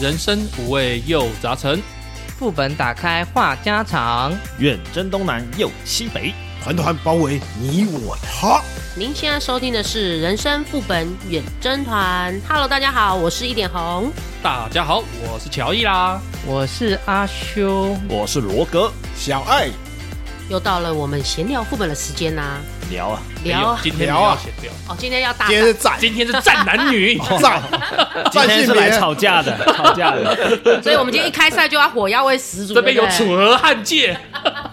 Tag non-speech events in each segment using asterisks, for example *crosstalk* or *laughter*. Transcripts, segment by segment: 人生五味又杂陈。副本打开话家常，远征东南又西北，团团包围你我他。您现在收听的是《人生副本远征团》。Hello，大家好，我是一点红。大家好，我是乔伊啦。我是阿修。我是罗格，小爱又到了我们闲聊副本的时间啦、聊 *laughs* 啊，聊哎呦啊今天聊啊啊没有闲聊，哦，今天要大今天是战今天是战男女。战今战天性是来别，吵架 *laughs* 的，吵架的，所以我们今天一开赛就要火药味十足。这边有对不对楚河汉界，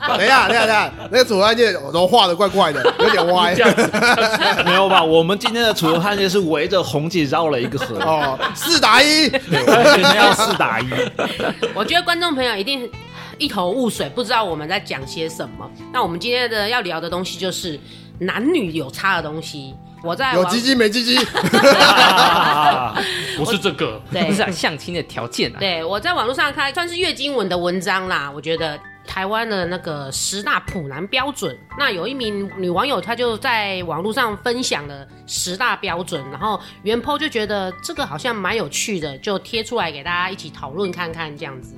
等一下等一下等一下，那个左岸界都画的怪怪的，有点歪这样子没有吧？我们今天的楚河汉界是围着红姐绕了一个河， *laughs* 哦，四打一，今天要四打一，我觉得观众朋友一定一头雾水，不知道我们在讲些什么。那我们今天的要聊的东西就是男女有差的东西。我在有网鸡鸡没鸡鸡，不是这个，对不是、啊、相亲的条件啊，对，我在网络上看算是月经文的文章啦，我觉得。台湾的那个十大普男标准，那有一名女网友，她就在网络上分享了十大标准，然后袁坡就觉得这个好像蛮有趣的，就贴出来给大家一起讨论看看这样子。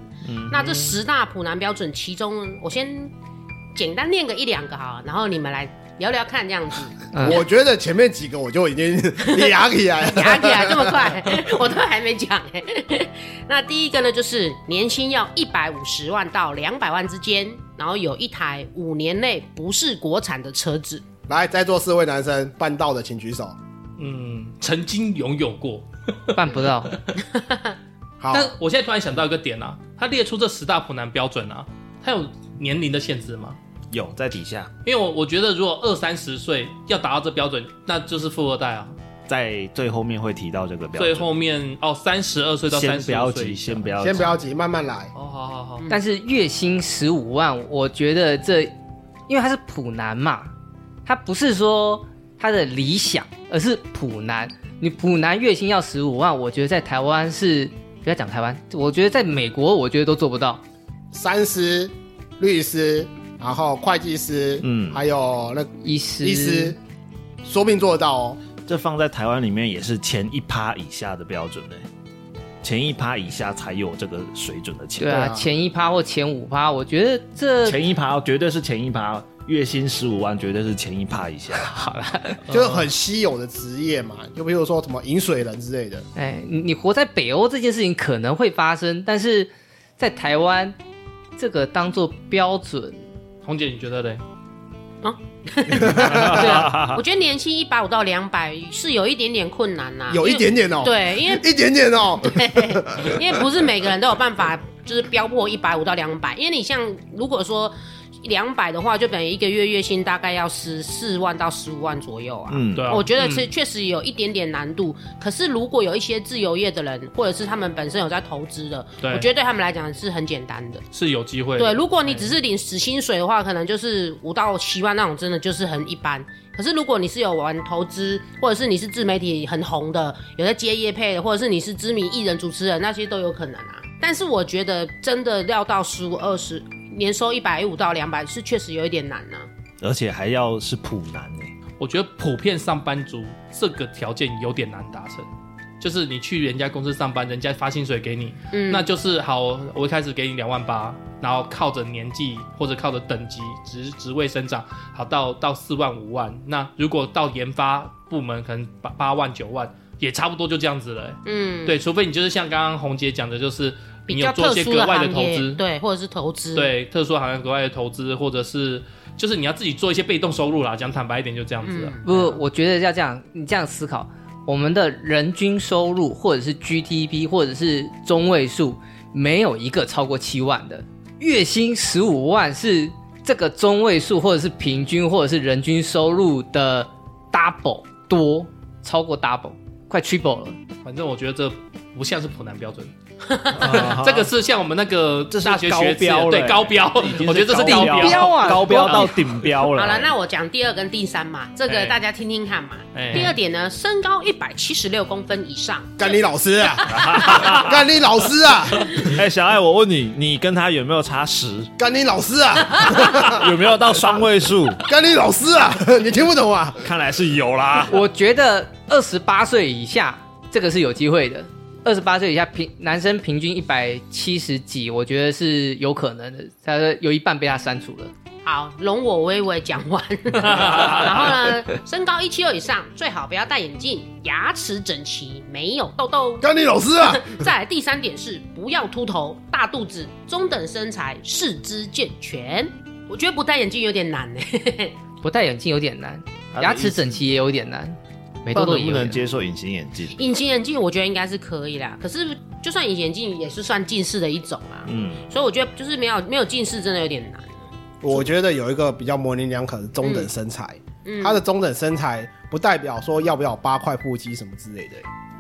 那这十大普男标准，其中我先简单念个一两个哈，然后你们来聊聊看这样子。嗯我觉得前面几个我就已经 *laughs* 压起来 *laughs* 了。牙起来这么快， *laughs* 我都还没讲哎。 *laughs* 那第一个呢，就是年薪要一百五十万到两百万之间，然后有一台五年内不是国产的车子。来，在座四位男生办到的请举手。嗯，曾经拥有过。办不 *laughs* 到。好，但我现在突然想到一个点啊，他列出这十大普男标准啊，他有年龄的限制吗？有在底下，因为我我觉得如果二三十岁要达到这标准，那就是富二代啊。在最后面会提到这个标最准，后面哦，三十二岁到三先十不要岁以急，下先不要急先不要急，慢慢来。哦，好好好，但是月薪十五万，我觉得这，因为他是普男嘛，他不是说他的理想，而是普男。你普男月薪要十五万，我觉得在台湾是不要讲台湾，我觉得在美国，我觉得都做不到。三师、律师，然后会计师，嗯嗯，还有那医师，医师，说不定做得到哦。这放在台湾里面也是前一趴以下的标准呢、前一趴以下才有这个水准的钱。对啊，对啊前一趴或前五趴，我觉得这前一趴绝对是前一趴，月薪十五万绝对是前一趴以下。好了。就是很稀有的职业嘛，就比如说什么饮水人之类的，哎，你你活在北欧这件事情可能会发生，但是在台湾，这个当做标准，红姐你觉得嘞？对啊，我觉得年薪一百五到两百是有一点点困难呐、有一点点哦、因为。对，因为 *laughs* 一点点哦、因为不是每个人都有办法，就是飙破一百五到两百。因为你像如果说两百的话，就等于一个月月薪大概要十四万到十五万左右啊。嗯，对啊，我觉得是确实有一点点难度，可是如果有一些自由业的人，或者是他们本身有在投资的，对我觉得对他们来讲是很简单的。是有机会的。对，如果你只是领死薪水的话，可能就是五到七万那种，真的就是很一般。可是如果你是有玩投资，或者是你是自媒体很红的，有在接业配的，或者是你是知名艺人、主持人，那些都有可能啊。但是我觉得真的要到十五、二十，年收一百五到两百是确实有一点难啊呢、而且还要是普男欸呢、我觉得普遍上班族这个条件有点难达成，就是你去人家公司上班，人家发薪水给你，嗯，那就是好，我一开始给你两万八，然后靠着年纪或者靠着等级职职位生长，好到到四万五万。那如果到研发部门，可能八八万九万，也差不多就这样子了、欸嗯，对，除非你就是像刚刚红姐讲的，就是你比有较做特一些殊格的外的行投业，资，对，或者是投资，，对，特殊行业格外的投资，或者是就是你要自己做一些被动收入啦。讲坦白一点，就这样子了。嗯不，我觉得要这样，你这样思考，我们的人均收入或者是 GDP 或者是中位数，没有一个超过七万的，月薪十五万是这个中位数或者是平均或者是人均收入的 double 多，超过 double，快 triple 了。反正我觉得这不像是普男标准，啊这个是像我们那个这是大学学制高标了对高标， *laughs* 我觉得这是高高顶标啊高标到顶标了。好了，那我讲第二跟第三嘛，这哎个大家听听看嘛。哎第二点呢，身高一百七十六公分以上，干你老师啊，干你老师啊，哎、小爱，我问你，你跟他有没有差十？干你老师啊，有没有到双位数？干你老师啊， *laughs* 你听不懂啊？看来是有啦。我觉得二十八岁以下这个是有机会的，二十八岁以下平男生平均一百七十几，我觉得是有可能的。他说有一半被他删除了。好，容我娓娓讲完。 *laughs* 然后呢，身高一七二以上，最好不要戴眼镜，牙齿整齐，没有痘痘。干你老师啊！ *laughs* 再来第三点是不要秃头、大肚子、中等身材、四肢健全。我觉得不戴眼镜有点难欸呢、不戴眼镜有点难，他的牙齿意思整齐也有点难，没到痘痘底能也不有能点难。接受隐形眼镜？隐形眼镜我觉得应该是可以啦，可是就算隐形眼镜也是算近视的一种啊，嗯，所以我觉得就是没有没有近视真的有点难。我觉得有一个比较模棱两可的中等身材，嗯，他的中等身材不代表说要不要有八块腹肌什么之类的。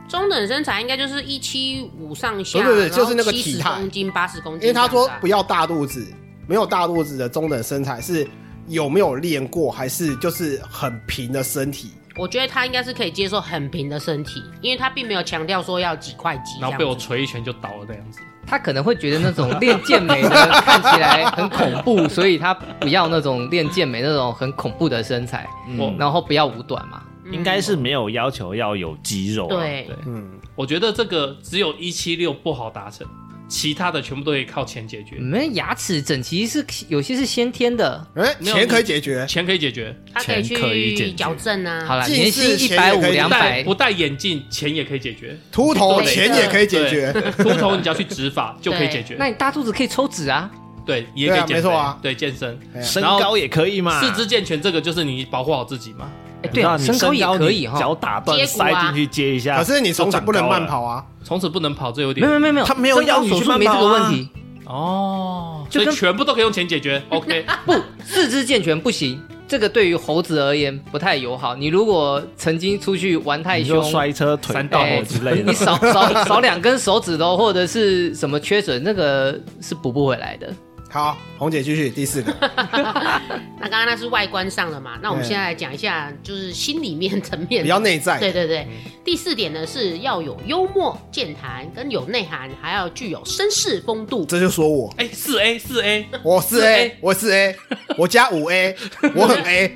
中等身材应该就是一七五上下，不是不是就是那个七体十态公斤、八十公斤因这为样子啊。他说不要大肚子，没有大肚子的中等身材是有没有练过，还是就是很平的身体？我觉得他应该是可以接受很平的身体，因为他并没有强调说要几块肌这样然子。后被我捶一拳就倒了那样子。他可能会觉得那种练健美的 *laughs* 看起来很恐怖，所以他不要那种练健美那种很恐怖的身材，我然后不要五短嘛。嗯应该是没有要求要有肌肉啊。对嗯，我觉得这个只有一七六不好达成，其他的全部都可以靠钱解决你，们牙齿整齐是有些是先天的，哎，没有钱可以解决，钱可以解决。他可以钱可以解去决矫正啊。好了，近年视薪一前百也五可以不两戴百不，戴眼镜，钱也可以解决。秃头对哦钱也可以解决。秃头你只要去植发就可以解决。那你大肚子可以抽脂啊。对，也可以对啊减肥，没错啊对健身。哎呀身高也可以啊嘛。四肢健全，这个就是你保护好自己嘛。哎，你知对道，你身高也可以你哈。脚打断接骨啊塞进去接一下。可是你从此不能慢就长跑啊！从此不能跑，这有没点有没有没有，他没有增高要你手去术慢没这跑个啊问题。哦，就所以跟全部都可以用钱解 *laughs* 决。OK，不，四肢健全不行，这个对于猴子而言不太友好。你如果曾经出去玩高了太你说凶，摔车、腿三倒道哎猴之类的你。少少少两根手指头或者是什么缺损，那个是补不回来的。好，红姐继续第四个，那刚刚那是外观上的嘛，那我们对现在来讲一下，就是心里面层面比较内在。嗯对对对，第四点呢是要有幽默、健谈跟有内涵，还要具有绅士风度。这就说 *laughs* 我，哎，四 A 四 A，我四 A，我四 A，我加五 A，我很 A。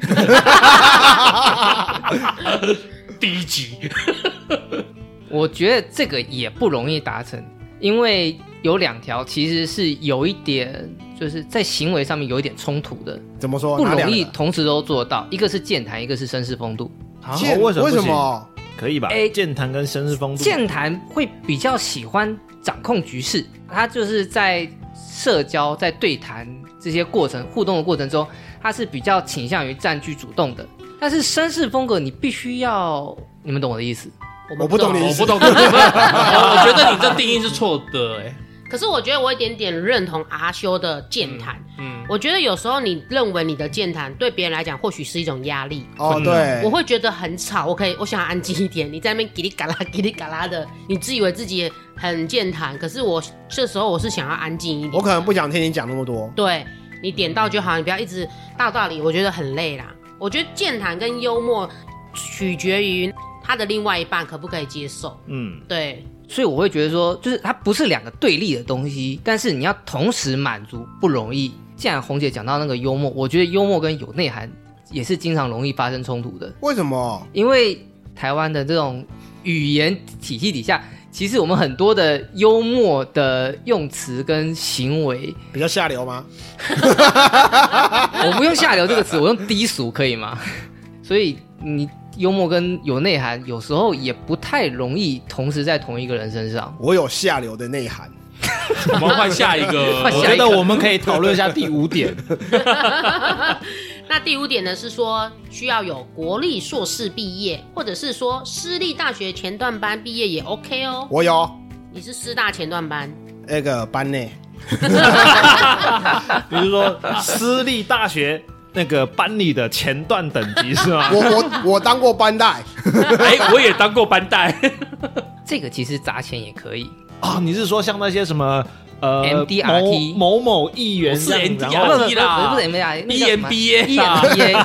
*laughs* 第一集，我觉得这个也不容易达成，因为有两条其实是有一点，就是在行为上面有一点冲突的，怎么哦说？不哪容两个易同时都做到。一个是健谈，一个是绅士风度。啊健为什么不为行什么？可以吧？哎健谈跟绅士风度。健谈会比较喜欢掌控局势，他就是在社交、在对谈这些过程互动的过程中，他是比较倾向于占据主动的。但是绅士风格，你必须要，你们懂我的意思？我我们不懂你我意不思。懂，我我觉得你这定义是错的，哎，可是我觉得我有一点点认同阿修的健谈。嗯，我觉得有时候你认为你的健谈对别人来讲或许是一种压力，哦，对我，会觉得很吵，我可以我想安静一点。你在那边叽里嘎啦叽里嘎啦的，你自以为自己很健谈，可是我这时候我是想要安静一点。我可能不想听你讲那么多。对你点到就好，你不要一直大道理，我觉得很累啦。我觉得健谈跟幽默取决于他的另外一半可不可以接受。嗯，对，所以我会觉得说，就是它不是两个对立的东西，但是你要同时满足不容易。既然红姐讲到那个幽默，我觉得幽默跟有内涵也是经常容易发生冲突的。为什么？因为台湾的这种语言体系底下，其实我们很多的幽默的用词跟行为，比较下流吗？我不用“下流”这个词，我用“低俗”可以吗？所以你幽默跟有内涵，有时候也不太容易同时在同一个人身上。我有下流的内涵。我们换下一个，换我下觉一个得我们可以讨 *laughs* 论一下第五点。那第五点呢是说需要有国立硕士毕业，或者是说私立大学前段班毕业也 OK 哦。我有你是师大前段班，那个班内，比如说私立大学那个班里的前段等级是吗 *laughs* 我？我我当过班带，哎，我也当过班 *laughs* 带，这个其实砸钱也可以，啊，你是说像那些什么呃 MDRT 某某某议员这样不是然 MDRT 后不是啦不是 M R E EMBA 啦 EMBA，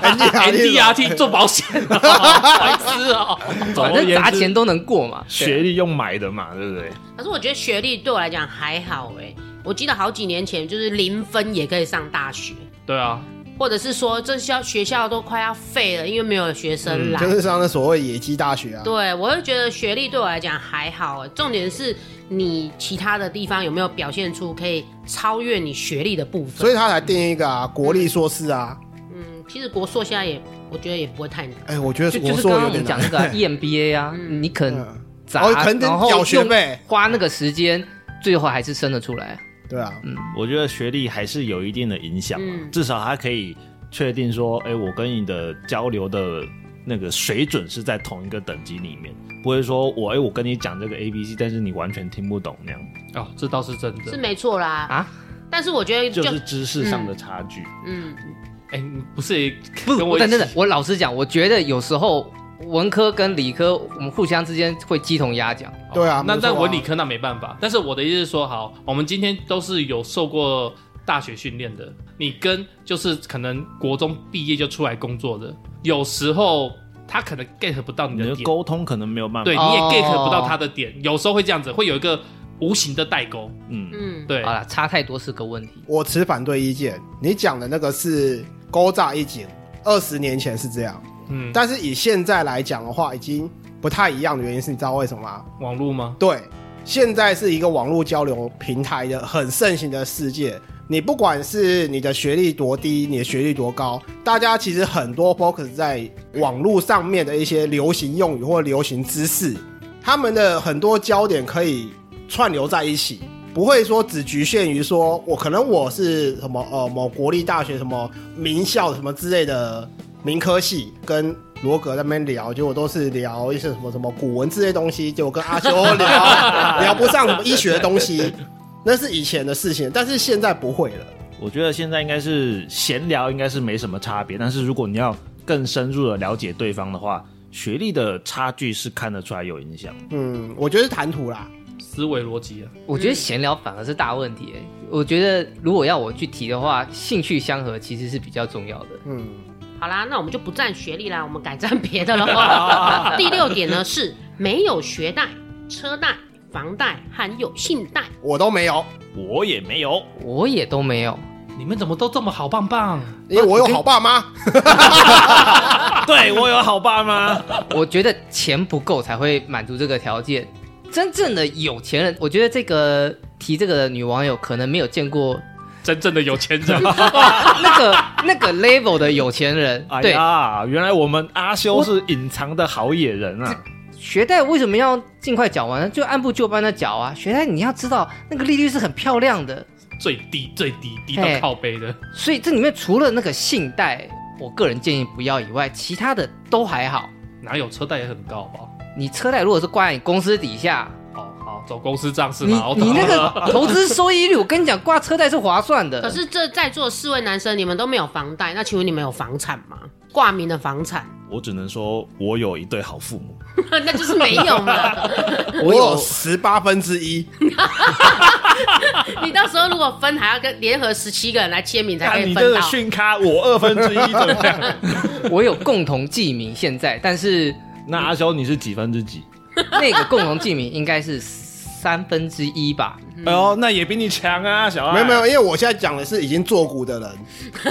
NDRT 做保险，啊 *laughs* 白痴啊哦，反正砸钱都能过嘛。学历用买的嘛，对不对？可是我觉得学历对我来讲还好哎、我记得好几年前就是零分也可以上大学，对啊，或者是说这校学校都快要废了，因为没有学生来。就是像那所谓野鸡大学啊，对，我就觉得学历对我来讲还好欸，重点是你其他的地方有没有表现出可以超越你学历的部分。所以他才定一个啊，国立硕士啊。嗯，其实国硕现在也，我觉得也不会太难。哎，我觉得就国就是硕刚刚有我点们讲难那。个啊 EMBA 啊，嗯你肯 *laughs* 嗯砸，哦肯然后缴学用费花那个时间，最后还是生得出来。对啊，嗯我觉得学历还是有一定的影响啊、嗯至少他可以确定说，哎、我跟你的交流的那个水准是在同一个等级里面，不会说我哎、我跟你讲这个 A B C，但是你完全听不懂那样，哦，这倒是真的。是没错啦啊但是我觉得就就是知识上的差距。嗯，哎、你不是不，跟我一等起等等，我老实讲，我觉得有时候文科跟理科，我们互相之间会鸡同鸭讲。对啊那没错啊那我理科那没办法。但是我的意思是说，好，我们今天都是有受过大学训练的，你跟就是可能国中毕业就出来工作的，有时候他可能 get 不到你你的的点，沟通可能没有办法，对，你也哦 get 不到他的点，有时候会这样子，会有一个无形的代沟。嗯，嗯，对好，了，差太多是个问题。我持反对意见。你讲的那个是勾诈一景，二十年前是这样，嗯，但是以现在来讲的话，已经不太一样的原因是，你知道为什么吗？网络吗？对，现在是一个网络交流平台的很盛行的世界。你不管是你的学历多低，你的学历多高，大家其实很多 focus 在网络上面的一些流行用语或流行知识，他们的很多焦点可以串流在一起，不会说只局限于说哦我可能我是什么呃某国立大学什么名校什么之类的民科系跟。罗格在那边聊，结果都是聊一些什么什么古文之类的东西，结果跟阿修 *laughs* 聊聊不上什么医学的东西，那是以前的事情，但是现在不会了。我觉得现在应该是闲聊，应该是没什么差别。但是如果你要更深入的了解对方的话，学历的差距是看得出来有影响。嗯，我觉得是谈吐啦，思维逻辑 *laughs* 啊，嗯我觉得闲聊反而是大问题欸、我觉得如果要我去提的话，兴趣相合其实是比较重要的。嗯，好啦，那我们就不占学历啦，我们改占别的了。第六点呢是没有学贷、车贷、房贷还有信贷。我都没有，我也没有，我也都没有，你们怎么都这么好棒棒？因为我有好爸妈。 *laughs* 对我有好爸妈。我觉得钱不够才会满足这个条件。真正的有钱人，我觉得这个提这个的女网友可能没有见过真正的有钱人，啊 *laughs* 那个那个 level 的有钱人。哎对，呀，原来我们阿修是隐藏的好野人啊！学贷为什么要尽快缴完呢？就按部就班的缴啊。学贷你要知道，那个利率是很漂亮的。最低最低低到嘿靠背的，所以这里面除了那个信贷，我个人建议不要以外，其他的都还好。哪有车贷也很高吧？你车贷如果是挂在你公司底下，哦，好，走公司账是你吗？我懂你那了个投资收益率，我跟你讲，挂车贷是划算的。可是这在座四位男生，你们都没有房贷，那请问你们有房产吗？挂名的房产，我只能说，我有一对好父母。那就是没有嘛。 *laughs* 我有有十八分之一， *laughs* 你到时候如果分，还要跟联合十七个人来签名才可看以你这分个到。训咖，我二分 *laughs* 之一怎么样？ *laughs* 我有共同记名现在，但是那阿修你是几分之几？那个共同记名应该是三分之一 *laughs* 吧。嗯哎呦，那也比你强啊，小爱。没有没有，因为我现在讲的是已经做股的人，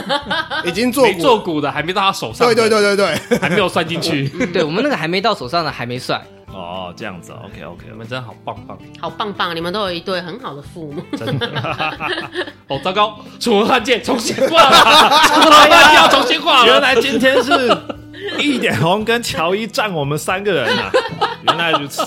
*laughs* 已经做没股，做股的还没到他手上，对对，对对对，还没有算进 *laughs* 去。对我们那个还没到手上的还没算。哦，这样子，OK OK，你们真好棒棒！好棒棒，你们都有一对很好的 *laughs* 父母。真的。哦，糟糕，楚河汉界重新挂了， *laughs* 楚河汉界要重新挂 *laughs* 原了。来今天是一点红跟乔伊占我们三个人 *laughs* 啊！原来如此，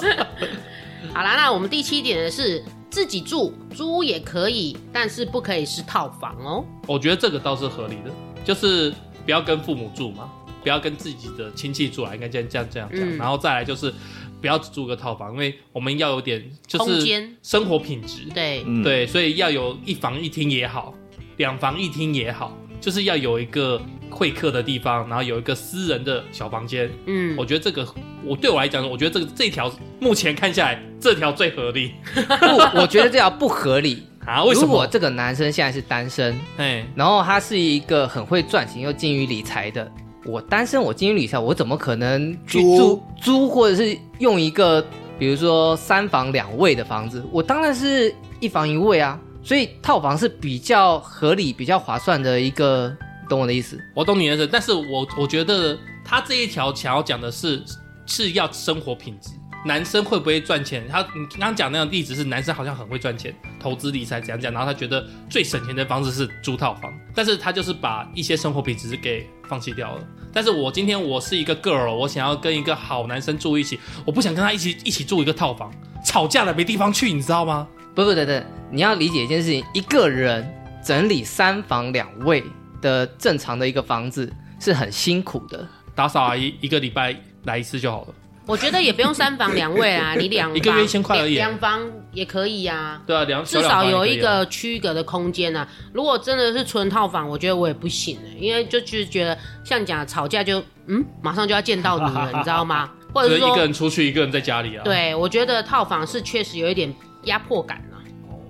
好啦，那我们第七点呢是自己住，租也可以，但是不可以是套房哦。我觉得这个倒是合理的，就是不要跟父母住嘛，不要跟自己的亲戚住啦，啊应该这样这样这样讲。嗯然后再来就是不要只住个套房，因为我们要有点就空是间生活品质。对，嗯，对，所以要有一房一厅也好，两房一厅也好，就是要有一个会客的地方，然后有一个私人的小房间。嗯我，觉得这个，我对我来讲，我觉得这个这条目前看下来，这条最合理不，我觉得这样不合理。啊？为什如果么？这个男生现在是单身，哎，然后他是一个很会赚钱又精于理财的，我单身我精于理财，我怎么可能去租租租或者是用一个比如说三房两卫的房子？我当然是一房一卫啊，所以套房是比较合理、比较划算的一个懂我的意思？我懂你的意思，但是我我觉得他这一条想要讲的是是要生活品质。男生会不会赚钱？他你刚刚讲那个例子是男生好像很会赚钱，投资理财怎样讲，然后他觉得最省钱的方式是租套房，但是他就是把一些生活品质给放弃掉了。但是我今天我是一个 girl，我想要跟一个好男生住一起，我不想跟他一起一起住一个套房，吵架了没地方去，你知道吗？不不等等，你要理解一件事情，一个人整理三房两卫的正常的一个房子是很辛苦的。打扫阿姨一个礼拜来一次就好了。我觉得也不用三房两 *laughs* 卫啊，你两房一个月1000块而已两两房也可以呀、啊。对啊，两至少有一啊个区隔的空间啊。如果真的是纯套房，我觉得我也不行、欸，因为就就是觉得像你讲的吵架就嗯，马上就要见到你了，你知 *laughs* 道吗？或就者是是一个说，人出去，一个人在家里啊。，对我觉得套房是确实有一点压迫感啊。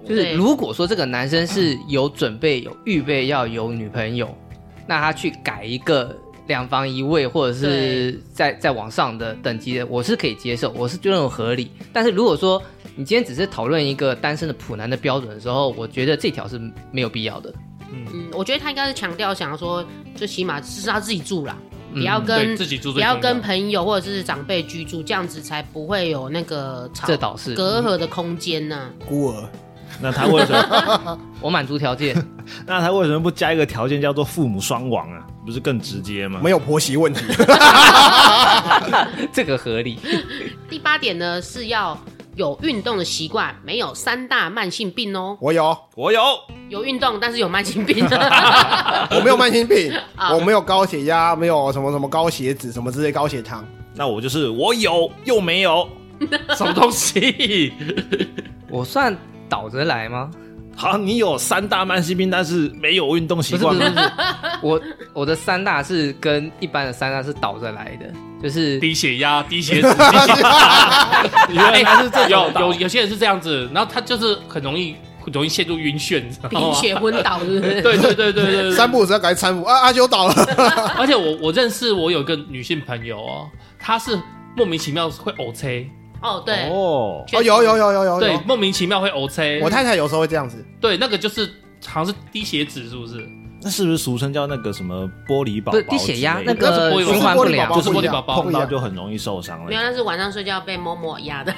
就是对如果说这个男生是有准备、有预备要有女朋友，那他去改一个两房一卫，或者是再再往上的等级的，我是可以接受，我是觉得很合理。但是如果说你今天只是讨论一个单身的普男的标准的时候，我觉得这条是没有必要的。嗯，我觉得他应该是强调想要说，最起码是他自己住啦，不要对跟自己住不最重要跟朋友或者是长辈居住，这样子才不会有那个吵这倒是，隔阂的空间呢、 *laughs* 孤儿，那他为什么？ *laughs* 我满足条 *laughs* 件，那他为什么不加一个条件叫做父母双亡啊？不是更直接吗？没有婆媳问题。这个合理。第八点呢是要有运动的习惯，没有三大慢性病哦。我有，我有，有运动，但是有慢性病。我没有慢性病，啊我没有高血压，没有什么什么高血脂什么之类高血糖。 *laughs* 那我就是我有又没有。什么东西？我算倒着来吗？好，你有三大慢性病，但是没有运动习不是不惯是吗，不是，我我的三大是跟一般的三大是倒着来的，就是低血 *laughs* 压、低血脂、低血糖，原来他是这有有有些人是这样子，然后他就是很容易很容易陷入晕眩，你知道贫吗？血昏倒是不是？对对对对对对，三不五时要改三不啊，阿修倒了，而且我我认识我有个女性朋友哦，她是莫名其妙会呕车，哦，对，哦，确哦，实有有有有有对有，，莫名其妙会呕车，我太太有时候会这样子，对那个就是好像是低血脂，是不是？那是不是俗称叫那个什么玻璃宝不是宝之类的？低血压那那是个玻璃循环不是玻璃宝良宝，就是玻璃不一样宝宝碰到就很容易受伤没有，了。那是晚上睡觉被摸摸压的。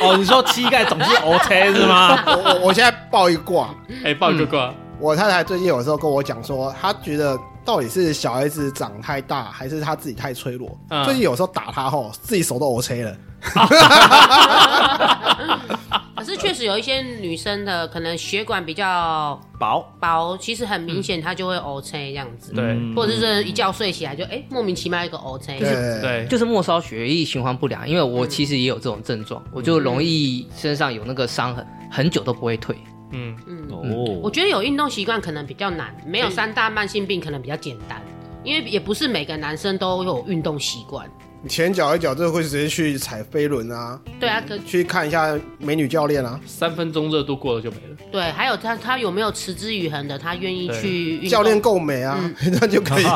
哦，你说膝盖总是 OK 是吗？ *laughs* 我我我现在爆一卦，哎，抱一个挂，我太太最近有时候跟我讲说，她觉得到底是小孩子长太大，还是她自己太脆弱。嗯最近有时候打她后，自己手都 OK 了。可是确实有一些女生的可能血管比较薄，薄，其实很明嗯显她就会 O C 这样子，对嗯或者是真的一觉睡起来就哎、莫名其妙一个 O C，对，对，就是末梢血液循环不良，因为我其实也有这种症状，我就容易身上有那个伤痕，很久都不会退。嗯，嗯，我哦，觉得有运动习惯可能比较难，没有三大慢性病可能比较简单，因为也不是每个男生都有运动习惯。你前脚一脚就会直接去踩飞轮啊，对啊，嗯可去看一下美女教练啊，三分钟热度过了就没了。对，还有他他有没有持之以恒的，他愿意对去运动教练，够美啊， *laughs* 那就可以啊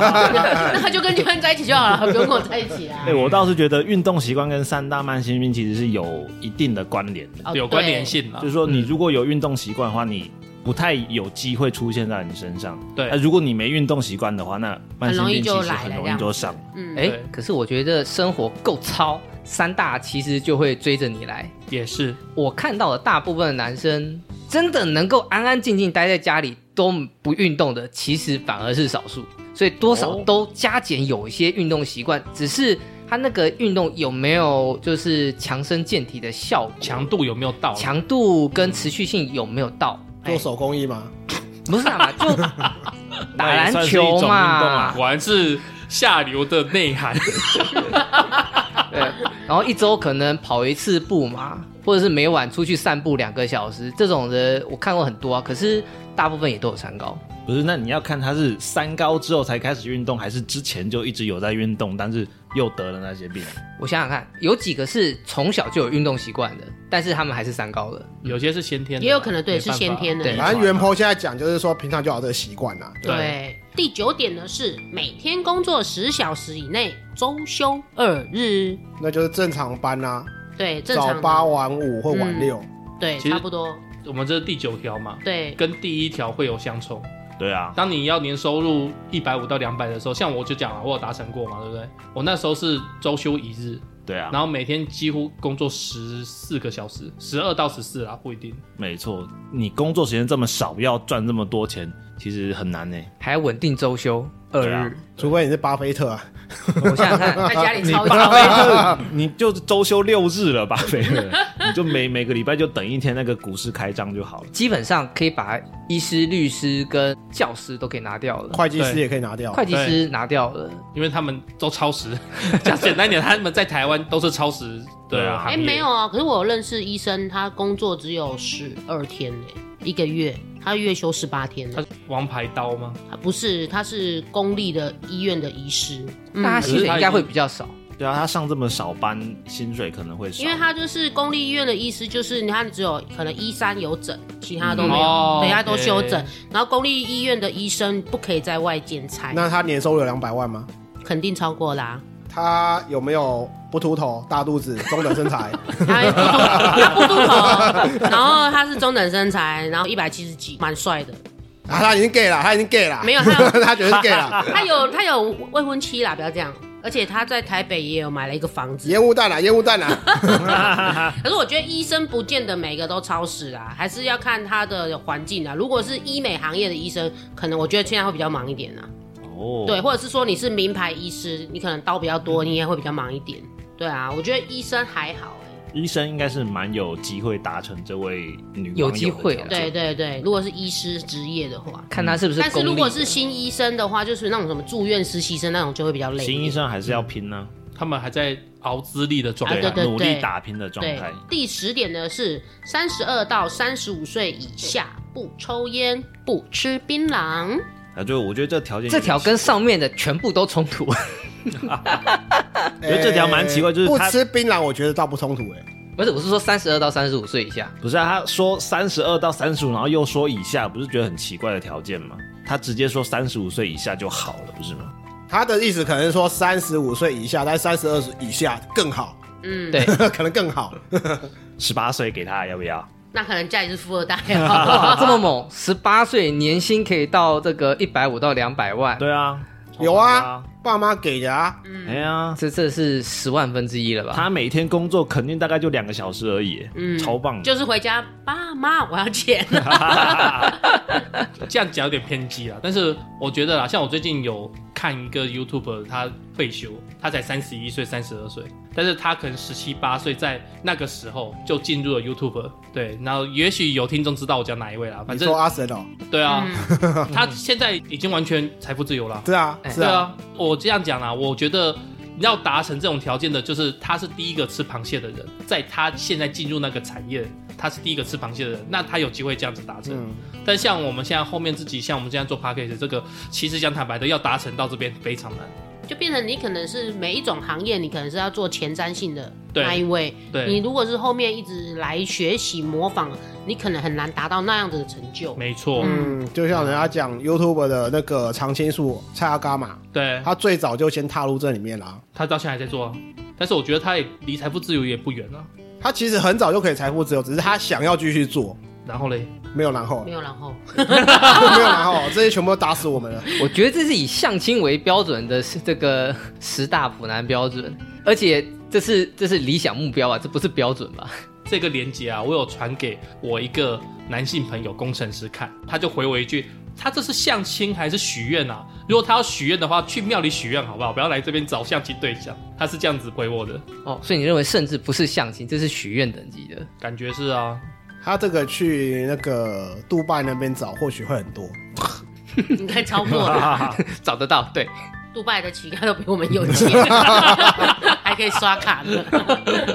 *laughs* 了。那他就跟教练在一起就好了，不用跟我在一起 *laughs* 啊哎，。我倒是觉得运动习惯跟三大慢性病其实是有一定的关联的。哦有关联，性啊啦就。是说，你如果有运动习惯的话，你不太有机会出现在你身上。对那如果你没运动习惯的话，那慢性病很容易就其实来了很这容易样就上。嗯哎、对可是我觉得生活够糙，三大其实就会追着你来。也是，我看到的大部分的男生真的能够安安静静待在家里都不运动的，其实反而是少数，所以多少哦都加减有一些运动习惯，只是他那个运动有没有就是强身健体的效果，强度有没有到？强度跟持续性有没有到？做手工艺嘛，不是 *laughs* 啊，就打篮算是一种球运动嘛啊，果然是下流的内涵。 *laughs* 对，然后一周可能跑一次步嘛，或者是每晚出去散步两个小时，这种的我看过很多啊，可是大部分也都有三高。不是，那你要看他是三高之后才开始运动，还是之前就一直有在运动，但是又得了那些病？我想想看，有几个是从小就有运动习惯的，但是他们还是三高的。嗯有些是先天的，也有可能对没办是法先天的。对反正元坡现在讲就是说，平常就有这个习惯啊啦。对对，第九点呢是每天工作十小时以内，周休二日。那就是正常班啊，对，正早常八晚五或晚六。对，其实差不多。我们这是第九条嘛，对，跟第一条会有相冲。对啊，当你要年收入一百五到两百的时候，像我就讲啊，我有达成过嘛，对不对？我那时候是周休一日，对啊，然后每天几乎工作十四个小时，十二到十四啦，不一定。没错，你工作时间这么少，要赚这么多钱，其实很难呢、欸还稳定周休二对啊日。除非你是巴菲特啊，我想想看， *laughs* *laughs* 在家里超 *laughs* 巴菲特，哎你就周休六 *laughs* 日了，巴菲特，你就每每个礼拜就等一天那个股市开张就好了。基本上可以把医师、律师跟教师都给拿掉了，会计师对也可以拿哦掉。会计师拿掉了，因为他们都超时， *laughs* 讲简单一点，他们在台湾都是超时对的啊行哎、业。没有啊，可是我有认识医生，他工作只有十二天呢、一个月，他月休十八天、他呢。是王牌刀吗？他不是，他是公立的医院的医师，嗯那他薪水应该会比较少。对啊，他上这么少班，薪水可能会少，因为他就是公立医院的医师，就是他只有可能一三有诊，其他都没有，哦对，他都 OK 休诊。然后公立医院的医生不可以在外兼差，那他年收入有两百万吗？肯定超过啦、他有没有不秃头、大肚子、中等身材？他不他不秃头，然后他是中等身材，然后一百七十几，蛮帅的。啊，他已经 gay 了，他已经 gay 了，没有他有 *laughs* 他绝对是 gay 了， *laughs* 他有他有未婚妻啦，不要这样。而且他在台北也有买了一个房子，烟雾弹啊，烟雾弹啊，可是我觉得医生不见得每个都超时啊，还是要看他的环境啊。如果是医美行业的医生，可能我觉得现在会比较忙一点啊。哦，对，，或者是说你是名牌医师，你可能刀比较多，你也会比较忙一点。对啊，我觉得医生还好、欸。医生应该是蛮有机会达成这位女网有友的机会条了件对对对，如果是医师职业的话，看他是不是嗯但公是立的如果是新医生的话，就是那种什么住院实习生那种，就会比较累一点。新医生还是要拼呢、他们还在熬资历的状嗯啊态。对对努力打拼的状对态。，第十点呢是三十二到三十五岁以下不抽烟、不吃槟榔。啊，就我觉得这条件这条跟上面的全部都冲突， *laughs* 我觉得这条蛮奇怪就是哎不他吃槟榔，我觉得倒不冲突哎。不是，我是说三十二到三十五岁以下，不是啊，他说三十二到三十五，然后又说以下，不是觉得很奇怪的条件吗？他直接说三十五岁以下就好了，不是吗？他的意思可能是说三十五岁以下，但三十二以下更好， *laughs* 嗯，对，可能更好。啊十八岁给他要不要？那可能家里是富二代、啊 *laughs* 哇，这哦。么猛！十八岁年薪可以到这个一百五到两百嗯万，对啊，有啊，爸妈给的啊，哎呀，这这是十万分之一了吧？他每天工作肯定大概就两个小时而已，嗯超棒的。就是回家，爸妈，我要钱。这样讲有点偏激啦，但是我觉得啦，像我最近有看一个 YouTube，他退休，他才三十一岁、三十二岁，但是他可能十七八岁，在那个时候就进入了 YouTube。对，然后也许有听众知道我讲哪一位啦，你反正说阿神哦，对啊，嗯他现在已经完全财富自由了。是啊，哎是对啊，啊，我这样讲啦，我觉得要达成这种条件的，就是他是第一个吃螃蟹的人，在他现在进入那个产业，他是第一个吃螃蟹的人，那他有机会这样子达成。嗯，但像我们现在后面自己，像我们现在做 p a c k a g e 这个，其实讲坦白的，要达成到这边非常难。就变成你可能是每一种行业，你可能是要做前瞻性的对那一位。你对，如果是后面一直来学习模仿，你可能很难达到那样子的成就。没错，嗯，就像人家讲 YouTube 的那个常青树蔡阿嘎嘛，对他最早就先踏入这里面啦。他到现在还在做啊，但是我觉得他也离财富自由也不远啊了。他其实很早就可以财富自由，只是他想要继续做，然后嘞，没有然后了 *laughs* 没，有然后，没有然后了，这些全部都打死我们了。我觉得这是以相亲为标准的是这个十大普男标准，而且这是这是理想目标啊，这不是标准吧？这个链接啊，我有传给我一个男性朋友工程师看，他就回我一句：“他这是相亲还是许愿啊？如果他要许愿的话，去庙里许愿好不好？不要来这边找相亲对象。”他是这样子回我的，哦，所以你认为甚至不是相亲，这是许愿等级的。感觉是啊，他这个去那个杜拜那边找，或许会很多。应该超过了。找得到，对，杜拜的乞丐都比我们有钱，还可以刷卡呢。 *laughs*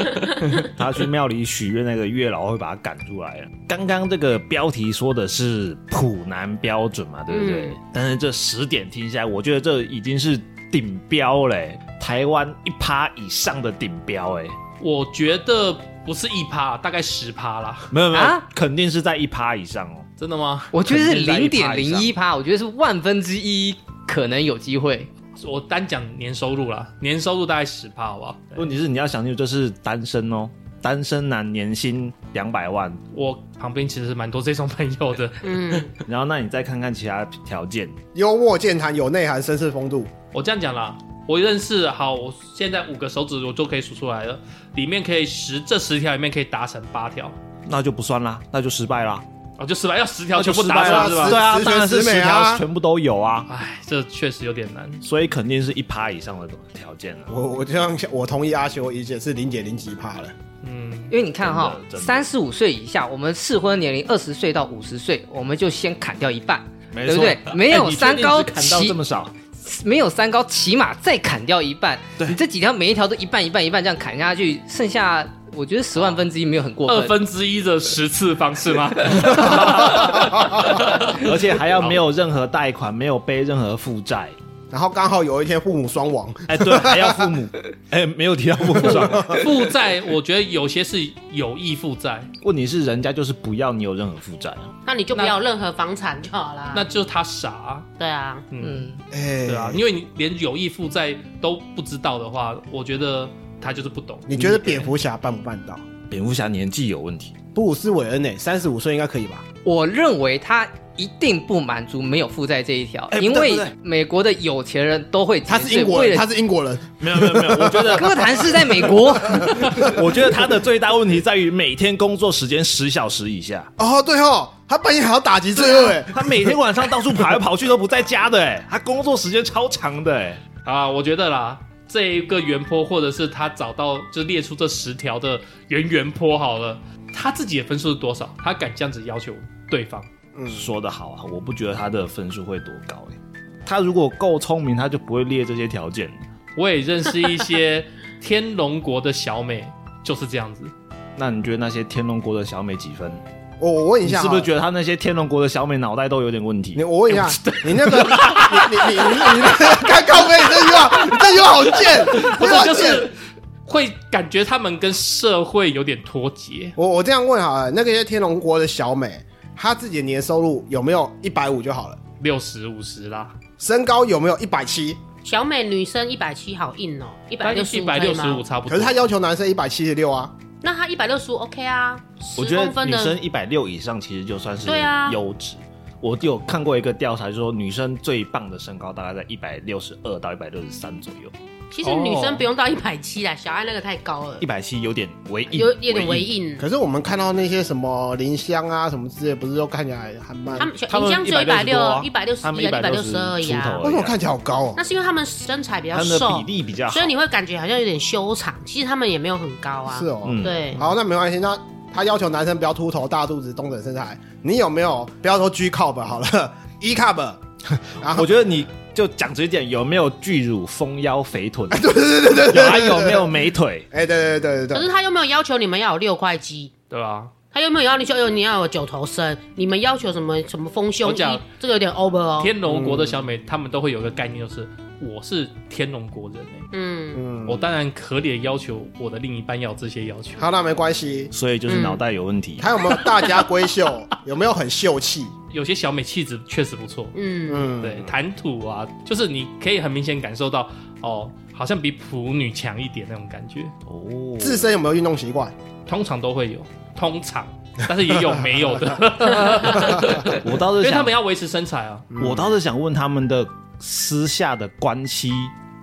他去庙里许愿，那个月老会把他赶出来了。刚刚这个标题说的是普男标准嘛，对不对？嗯但是这十点听下来，我觉得这已经是顶标嘞，台湾一趴以上的顶标哎，我觉得不是一趴，大概十趴啦。没有没有，啊肯定是在一趴以上哦。真的吗？我觉得是肯定在零一趴点以零上一趴，我觉得是万分之一可能有机会。我单讲年收入啦，年收入大概十趴，好不好？问题是你要想清楚，这是单身哦，单身男年薪两百万，我旁边其实蛮多这种朋友的，嗯，然后那你再看看其他条件，幽默健谈，有内涵，绅士风度。我这样讲啦，我认识好，我现在五个手指我都可以数出来了，里面可以十这十条里面可以达成八条，那就不算啦，那就失败啦，哦，就十来要十条那全就部失达败成啦，是十吧？对啊，十当然是全十十美啊条全部都有啊，哎，这确实有点难。所以肯定是一趴以上的条件啊了。我我就像我同意阿修的意见，是零点零几趴了。嗯，因为你看哈真，的真的三十五岁以下，我们适婚年龄二十岁到五十岁，我们就先砍掉一半，没对不错对？没有哎你确三定高只砍到起这么少，没有三高，起码再砍掉一半。对你这几条每一条都一半一半一半这样砍下去，剩下我觉得十万分之一没有很过分。二分之一的十次方式 *laughs* 吗？ *laughs* 而且还要没有任何贷款，没有背任何负债。然后刚好有一天父母双亡，哎， *laughs* 对，还要父母，哎，没有提到父母上。负债，我觉得有些是有意负债，问题是人家就是不要你有任何负债啊，那你就不要有任何房产就好嗯啦。那就是他傻啊，对啊，嗯，嗯，哎，对啊，因为你连有意负债都不知道的话，我觉得他就是不懂。你觉得蝙蝠侠办不办到？蝙蝠侠年纪有问题，布鲁斯韦恩呢？三十五岁应该可以吧？我认为他一定不满足没有负债这一条，哎因不对为不对美国的有钱人都会他减是税英国哎为人，了他是英国人，没有没有没有，我觉得哥谭市在美国，我觉得他的最大问题在于每天工作时间十小时以下，哦，对哦，他半夜还要打击罪恶，哎，他每天晚上到处跑来跑去都不在家的，哎，他工作时间超长的，哎，啊，我觉得啦，这一个圆坡，或者是他找到就列出这十条的圆圆坡好了，他自己的分数是多少？他敢这样子要求对方？嗯，说的好啊，我不觉得他的分数会多高，哎，他如果够聪明，他就不会列这些条件。我也认识一些天龙国的小美，就是这样子。那你觉得那些天龙国的小美几分？我我问一你下，是不是得觉得他那些天龙国的小美脑袋都有点问你？题？我问一下，啊你那个，你你你你你，刚刚跟你这句话，你这句话好贱，不是这句话，就贱是会感觉他们跟社会有点脱节。我我这样问好了，那个些天龙国的小美，她自己的年收入有没有一百五就好了？六十五十啦，身高有没有一百七？小美女生一百七好硬哦，一百但六一十百六十五差不可多。是她要求男生一百七十六啊，那她一百六十五 OK 啊，十我觉公得分女的生一百六以上其实就算是对啊优质。我有看过一个调查，就说女生最棒的身高大概在一百六十二到一百六十三左右，其实女生不用到一百七啦，小爱那个太高了一，百七有点为硬，有有点微为。硬。可是我们看到那些什么林香啊什么之类，不是都看起来还蛮他……们小他们银江只有一百160多六、啊一百六十他们一、一百六十二160而已出啊头。为什么看起来好高哦那？是因为他们身材比较他们的瘦比，例比较好所以，你会感觉好像有点修长。其实他们也没有很高啊。是哦，嗯对，好，那没关系，那他要求男生不要秃头、大肚子、中等身材，你有没有不要说 G cup 好了 *laughs* ，E cup，然后我觉得你就讲直接点，有没有巨乳、丰腰、肥臀？对对对对对，还有没有美腿？哎、对对对对可对，是他又没有要求你们要有六块肌，对吧？他又没有要求你要有九头身，你们要求什么什么丰胸我讲衣，这个有点 over 哦。天龙国的小嗯美，他们都会有一个概念，就是我是天龙国人、欸嗯，嗯，我当然合理的要求我的另一半要有这些要嗯求。好，那没关系。所以就是脑袋有问题。还有没有大家闺秀？ *laughs* 有没有很秀气？有些小美气质确实不错，嗯，嗯，对，谈吐啊，就是你可以很明显感受到，哦，好像比普女强一点那种感觉，哦，自身有没有运动习惯？通常都会有，通 *laughs* 常，但是也有没有的，我倒因是为他想们，要维持身材啊。嗯我倒是想问他们的私下的关系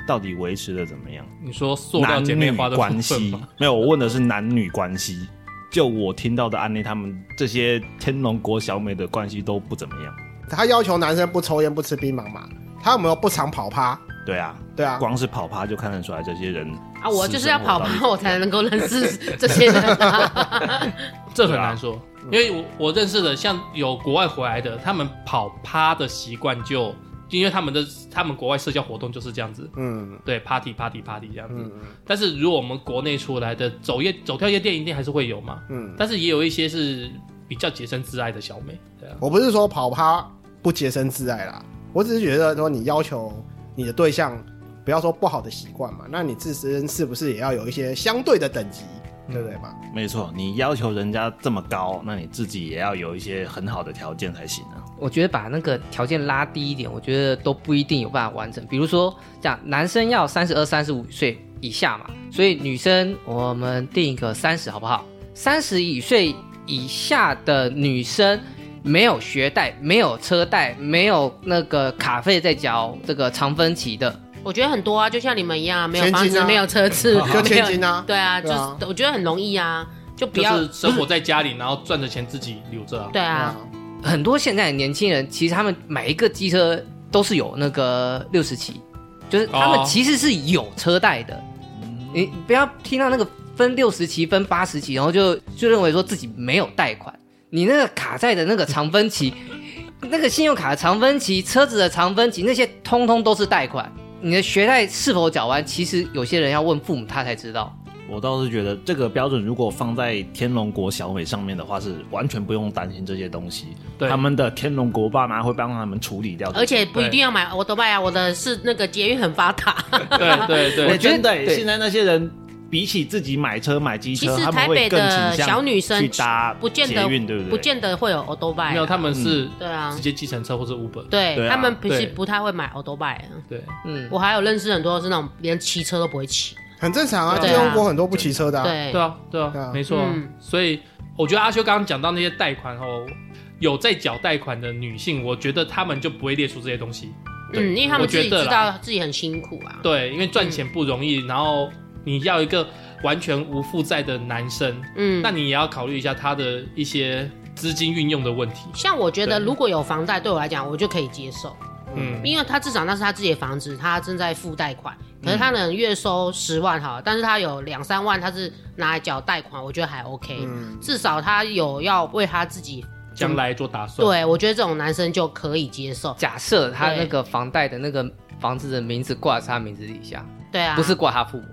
到底维持的怎么样？你说塑料男姐妹女花的关部分系吗？没有，我问的是男女关系。就我听到的案例，他们这些天龙国小美的关系都不怎么样。他要求男生不抽烟、不吃槟榔嘛？他有没有不常跑趴？对啊，对啊，光是跑趴就看得出来，这些人啊，我就是要跑私生趴，活 *laughs* 我到底怎么才样能够认识这些人啊。这啊很难说，嗯因为我我认识的像有国外回来的，他们跑趴的习惯就，因为他们的他们国外社交活动就是这样子，嗯对，party party party 这样子。嗯但是如果我们国内出来的走夜走跳夜店，一定还是会有嘛。嗯，但是也有一些是比较洁身自爱的小美，对啊，我不是说跑趴不洁身自爱啦，我只是觉得说你要求你的对象不要说不好的习惯嘛，那你自身是不是也要有一些相对的等级，嗯对不对嘛？没错，你要求人家这么高，那你自己也要有一些很好的条件才行啊。我觉得把那个条件拉低一点，我觉得都不一定有办法完成。比如说，讲男生要三十二、三十五岁，以下嘛，所以女生我们定一个三十好不好？三十以岁以下的女生没有学贷、没有车贷、没有那个卡费在缴这个长分期的，我觉得很多啊，就像你们一样，没有千金房子，啊没有车子， *laughs* 就没有千金啊对啊，就对是、啊我觉得很容易啊，就不就要、是生活在家里，然后赚的钱自己留着啊。对啊，很多现在的年轻人其实他们买一个机车都是有那个六十期，就是他哦们其实是有车贷的。哦你不要听到那个分六十期、分八十期，然后就就认为说自己没有贷款。你那个卡债的那个长分期，那个信用卡的长分期、车子的长分期，那些通通都是贷款。你的学贷是否缴完，其实有些人要问父母，他才知道。我倒是觉得这个标准如果放在天龙国小美上面的话，是完全不用担心这些东西。对他们的天龙国爸妈会帮他们处理掉这些。而且不一定要买我都拜啊，我的是那个捷运很发达。 *laughs* 对对我对，觉得对现在那些人比起自己买车买机其车，实他们台北会更的倾向小女生去搭不见捷得运，对不对？不见得会有 o d o b i 没有，他们是对啊直，接计程车或者 Uber。对对啊他们不是对不太会买 o d o b i 对，嗯，我还有认识很多是那种连骑车都不会骑。很正常啊，对啊天龙国很多不骑车的啊，对对啊，对对啊啊，没错啊嗯。所以我觉得阿修刚刚讲到那些贷款哦，有在缴贷款的女性，我觉得她们就不会列出这些东西。嗯，因为他们我自己觉得知啦道自己很辛苦啊。对，因为赚钱不容易，然后你要一个完全无负债的男生，嗯，那你也要考虑一下他的一些资金运用的问题。像我觉得对如果有房贷，对我来讲我就可以接受，嗯，因为他至少那是他自己的房子，他正在付贷款，可是他可能月收十万哈，但是他有两三万他是拿来缴贷款，我觉得还 OK，、嗯，至少他有要为他自己。将来做打算。对，我觉得这种男生就可以接受。假设他对那个房贷的那个房子的名字挂在他名字底下，对啊，不是挂他父母。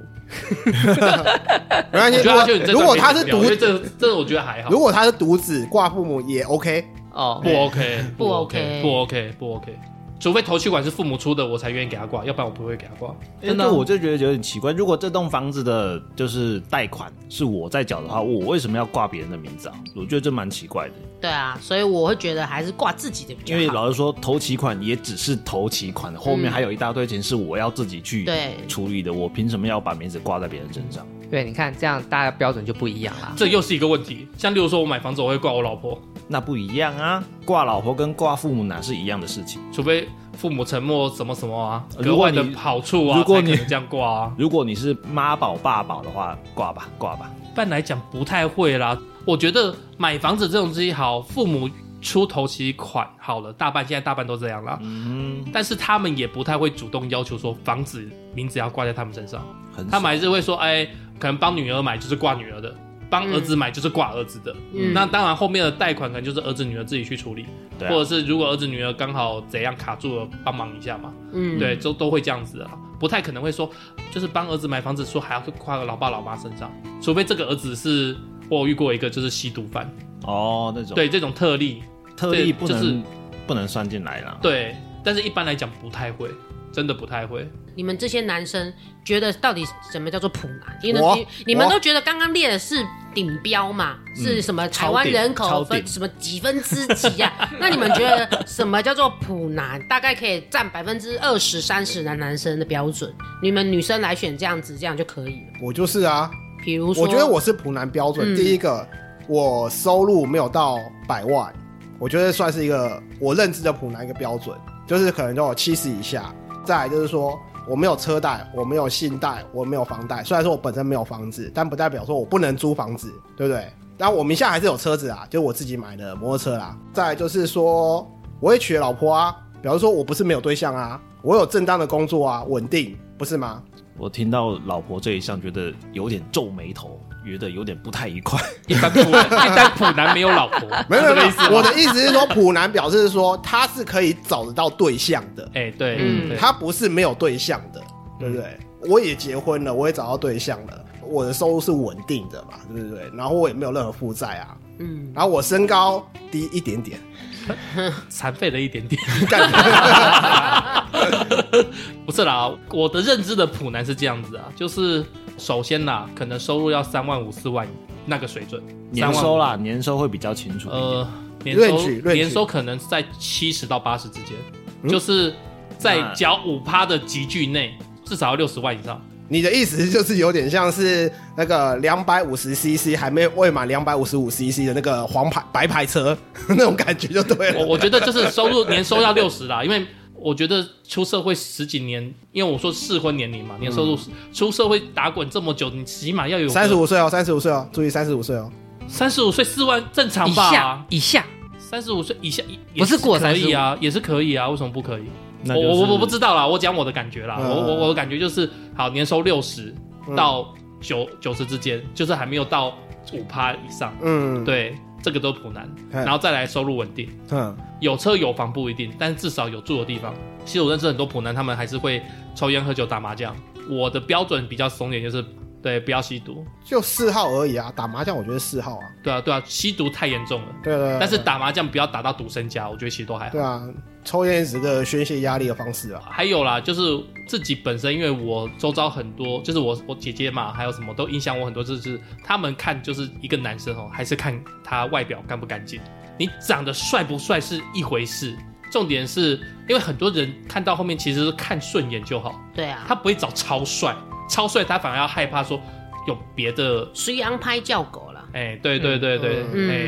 没关系我觉得阿修你。这如段果如果没他什么是聊独因，为这这我觉得还好如。果他是独子挂父母也 OK，哦不，OK，不 OK 不 OK，不 OK，除非头气管是父母出的，我才愿意给他挂，要不然我不会给他挂。真哦的，我就觉得有点奇怪。如果这栋房子的就是贷款是我在缴的话，我为什么要挂别人的名字啊？我觉得这蛮奇怪的，对啊，所以我会觉得还是挂自己的比较因好。为老实说，头期款也只是头期款，后嗯面还有一大堆钱是我要自己去对处理的，我凭什么要把名字挂在别人身上？对，你看这样大家标准就不一样啦。这又是一个问题。像例如说，我买房子我会挂我老婆，那不一样啊，挂老婆跟挂父母哪是一样的事情？除非父母沉默什么什么啊，格如果外你的好处啊，如果才可你能这样挂啊。如果你是妈宝爸宝的话，挂吧挂吧。一般来讲不太会啦。我觉得买房子这种东西好，父母出头期款好了，大半现在大半都这样啦。嗯，但是他们也不太会主动要求说房子名字要挂在他们身上，很他少们还是会说，哎，可能帮女儿买就是挂女儿的，帮儿子买就是挂儿子的。嗯那当然，后面的贷款可能就是儿子女儿自己去处理，对或者啊，是如果儿子女儿刚好怎样卡住了，帮忙一下嘛。嗯，对，都都会这样子的啦，不太可能会说，就是帮儿子买房子说还要挂个老爸老妈身上，除非这个儿子是我有遇过一个就是吸毒犯，哦那种对这种特例，特例对不就能、是不能算进来啦。对，但是一般来讲不太会，真的不太会。你们这些男生觉得到底什么叫做普男？因为我你你们我嗯都觉得刚刚列的是顶标嘛，是什么台湾人口超顶超分顶什么几分之几啊？ *laughs* 那你们觉得什么叫做普男？大概可以占百分之二十三十男男生的标准，你们女生来选这样子，这样就可以了。我就是啊，比如说，我觉得我是普男标嗯准。第一个，我收入没有到百万，我觉得算是一个我认知的普男一个标准，就是可能都有七十以下。再来就是说，我没有车贷，我没有信贷，我没有房贷。虽然说我本身没有房子，但不代表说我不能租房子，对不对？但我名下还是有车子啊，就是我自己买的摩托车啦。再来就是说，我也娶了老婆啊，比方说我不是没有对象啊，我有正当的工作啊，稳定，不是吗？我听到老婆这一项，觉得有点皱眉头，觉得有点不太愉快。一般普一般普男没有老婆，没有是这个没有没意有思，吗我的意思是说，普男表示说他是可以找得到对象的，哎、对，嗯对嗯他不是没有对象的，对不对？我也结婚了，我也找到对象了，我的收入是稳定的嘛，对不对？然后我也没有任何负债啊，嗯，然后我身高低一点 *laughs* 点，残废了一点点。 *laughs* 干不是啦，我的认知的普男是这样子啊，就是首先啦，可能收入要三万五四万那个水准，年3万收啦，年收会比较清楚嗯一呃，年点。论收据论据年收可能在七十到八十之间，嗯就是在那缴五趴的集聚内，至少要六十万以上。你的意思就是有点像是那个两百五十 CC 还没未满两百五十五 CC 的那个黄牌白牌车 *laughs* 那种感觉就对我了。我觉得就是收入年收到六十啦，因为我觉得出社会十几年，因为我说适婚年龄嘛，年收入、出社会打滚这么久，你起码要有嗯三十五岁哦，三十五岁哦，注意三十五岁哦。三十五岁四万正常以下吧？以下三十五岁以下也不是过可以啊，也是可以啊，为什么不可以？那我就是我我不知道啦，我讲我的感觉啦，嗯我我我的感觉就是，好，年收六十嗯到九九十之间，就是还没有到五趴以上，嗯，，对，这个都普难，嗯然后再来收入稳定。嗯有车有房不一定，但至少有住的地方。其实我认识很多普男，他们还是会抽烟、喝酒、打麻将。我的标准比较松一点，就是对，不要吸毒。就嗜好而已啊，打麻将我觉得嗜好啊。对啊，对啊，吸毒太严重了。对啊对对但是打麻将不要打到赌身家，我觉得其实都还好。对啊，抽烟只是个宣泄压力的方式啊。还有啦，就是自己本身，因为我周遭很多，就是我我姐姐嘛，还有什么都影响我很多，就是他们看就是一个男生哦，还是看他外表干不干净，你长得帅不帅是一回事，重点是因为很多人看到后面其实是看顺眼就好，对啊，他不会找超帅，超帅他反而要害怕说有别的，虽然拍叫狗啦，哎、对对对对，哎、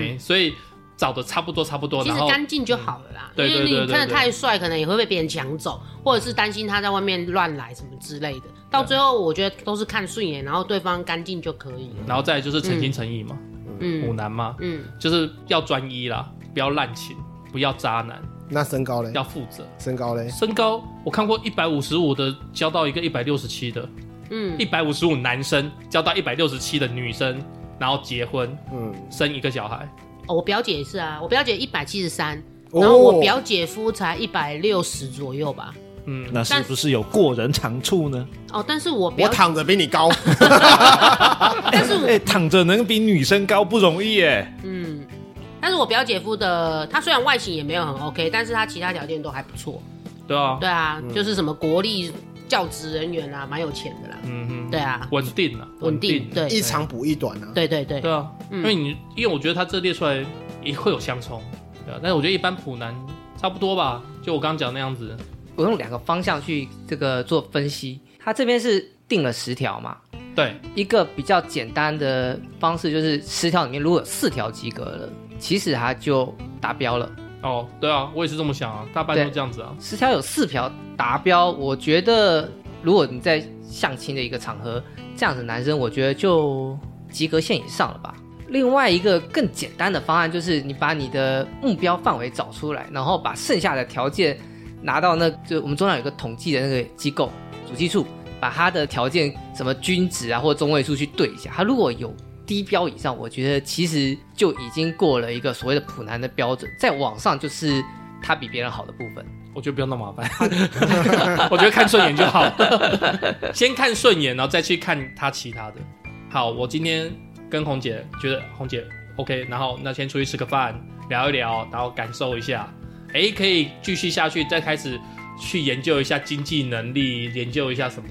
嗯所以找的差不多差不多，哦其然实后嗯干净就好了啦。对对对因为你对看对的太帅，可能也会被别人抢走，或者是担心他在外面乱来什么之类的。到最后，我觉得都是看顺眼，然后对方干净就可以了。然后再来就是诚心诚意嘛，嗯虎、男嘛，嗯，就是要专一啦，不要滥情，不要渣男，那身高嘞？要负责。身高嘞？身高我看过一百五十五的交到一个一百六十七的，嗯一百五十五男生交到一百六十七的女生，然后结婚嗯，生一个小孩，哦我表姐也是啊，我表姐一百七十三，哦然后我表姐夫才一百六十左右吧。嗯，那是不是有过人长处呢？哦，但是我我表，躺着比你高。但是我哎、躺着能比女生高不容易哎。嗯，但是我表姐夫的，他虽然外形也没有很 OK，但是他其他条件都还不错。对啊，对啊，就是什么国立教职人员啊，蛮有钱的啦。嗯对啊哼，，稳定啊，稳定，对 *laughs* 一长补一短啊。对对对对啊，嗯因为你因为我觉得他这列出来也会有相冲，对啊，但是我觉得一般普男差不多吧，就我刚刚讲那样子，我用两个方向去这个做分析。它这边是定了十条嘛，对，一个比较简单的方式就是十条里面如果有四条及格了，其实它就达标了。哦，对啊，我也是这么想啊，大半都对这样子啊，十条有四条达标，我觉得如果你在相亲的一个场合，这样子男生，我觉得就及格线以上了吧。另外一个更简单的方案就是你把你的目标范围找出来，然后把剩下的条件拿到那就我们中央有一个统计的那个机构主计处，把他的条件什么均值啊或中位数去对一下，他如果有低标以上，我觉得其实就已经过了一个所谓的普男的标准，再往上就是他比别人好的部分。我觉得不要那么麻烦， *laughs* 我觉得看顺眼就好，先看顺眼，然后再去看他其他的。好，我今天跟红姐觉得红姐 OK，然后那先出去吃个饭，聊一聊，然后感受一下，哎，可以继续下去，再开始去研究一下经济能力，研究一下什么。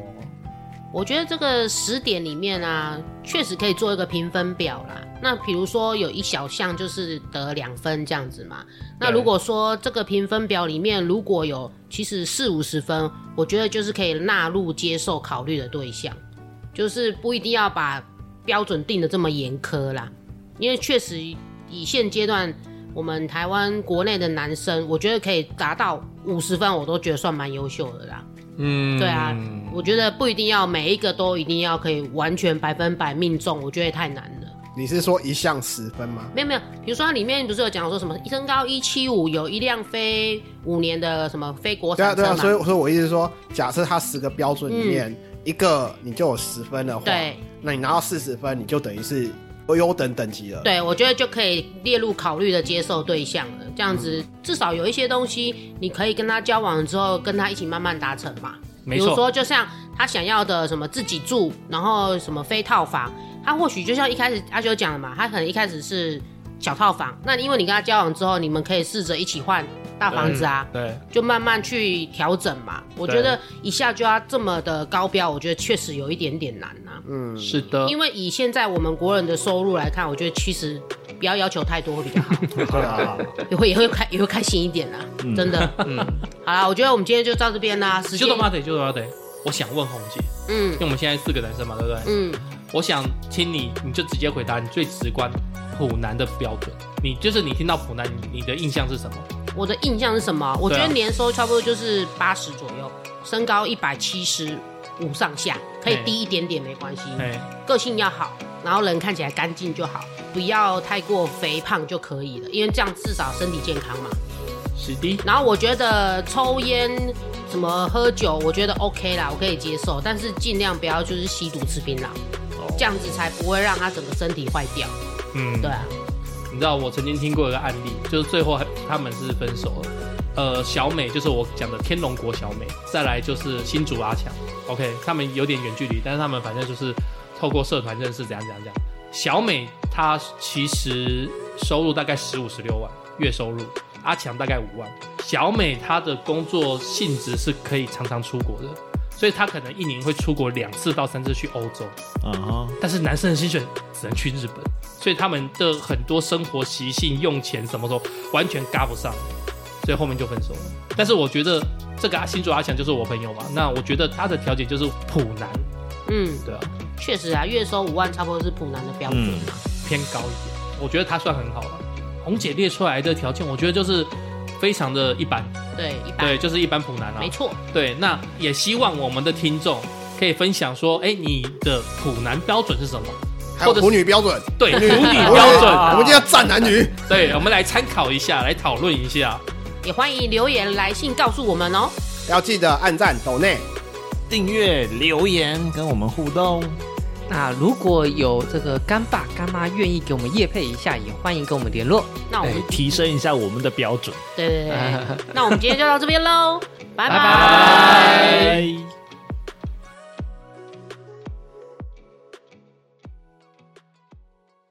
我觉得这个十点里面啊，确实可以做一个评分表啦。那比如说有一小项就是得两分这样子嘛。那对如果说这个评分表里面如果有其实四五十分，我觉得就是可以纳入接受考虑的对象，就是不一定要把标准定的这么严苛啦。因为确实以现阶段我们台湾国内的男生，我觉得可以达到五十分，我都觉得算蛮优秀的啦。嗯，对啊，我觉得不一定要每一个都一定要可以完全百分百命中，我觉得太难了。你是说一项十分吗？没有没有，比如说它里面不是有讲说什么身高一七五，有一辆非五年的什么非国对啊，产车对嘛？啊，所以所以我意思是说，假设他十个标准里面、一个你就有十分的话，对那你拿到四十分，你就等于是优等等级了。，对，我觉得就可以列入考虑的接受对象了。这样子，嗯至少有一些东西你可以跟他交往之后，跟他一起慢慢达成嘛。没比如错，说，就像他想要的什么自己住，然后什么非套房，他或许就像一开始阿修讲的嘛，他可能一开始是小套房，那因为你跟他交往之后，你们可以试着一起换大房子啊，嗯对，就慢慢去调整嘛。我觉得一下就要这么的高标，我觉得确实有一点点难啊。嗯，是的，因为以现在我们国人的收入来看，我觉得其实不要要求太多会比较 *laughs* 好，对啊，也会也会开也啊会开心一点啦，真的。嗯，好啦，我觉得我们今天就到这边啦，时嗯就间他妈得，就他妈得，我想问红姐，嗯因为我们现在四个男生嘛，对不对？嗯，我想听你，你就直接回答你最直观普男的标准。你就是你听到普男，你你的印象是什么？我的印象是什么？我觉对啊得年收差不多就是八十左右，身高一百七十五上下，可以嘿低一点点没关系。哎，个性要好，然后人看起来干净就好，不要太过肥胖就可以了，因为这样至少身体健康嘛。史迪，然后我觉得抽烟、什么喝酒，我觉得 OK 啦，我可以接受，但是尽量不要就是吸毒、吃槟榔，这样子才不会让他整个身体坏掉。嗯，对啊，你知道我曾经听过一个案例，就是最后还他们是分手了。呃，小美就是我讲的天龙国小美，再来就是新竹阿强。OK，他们有点远距离，但是他们反正就是透过社团认识，怎样怎样怎样。小美她其实收入大概十五十六万月收入，阿强大概五万。小美她的工作性质是可以常常出国的，所以她可能一年会出国两次到三次去欧洲。嗯哼，但是男生的薪水只能去日本，所以他们的很多生活习性、用钱什么时候完全嘎不上，所以后面就分手了。但是我觉得这个阿星座阿强就是我朋友嘛，那我觉得他的调解就是普男，嗯，对啊，确实啊，月收五万差不多是普男的标准嘛。偏高一点，我觉得他算很好了。红姐列出来的条件，我觉得就是非常的一般，对，一般对，，就是一般普男啊，没错。对，那也希望我们的听众可以分享说，哎，你的普男标准是什么？还有或者是腐女标准， *laughs* 对，女普女标准，我们今天要站男女。对，我们来参考一下，来讨论一下。也欢迎留言来信告诉我们哦。要记得按赞、抖内，订阅、留言跟我们互动。那如果有这个干爸干妈愿意给我们夜配一下，也欢迎跟我们联络。那我哎们，提升一下我们的标准。对对对，那我们今天就到这边喽，拜拜拜。拜。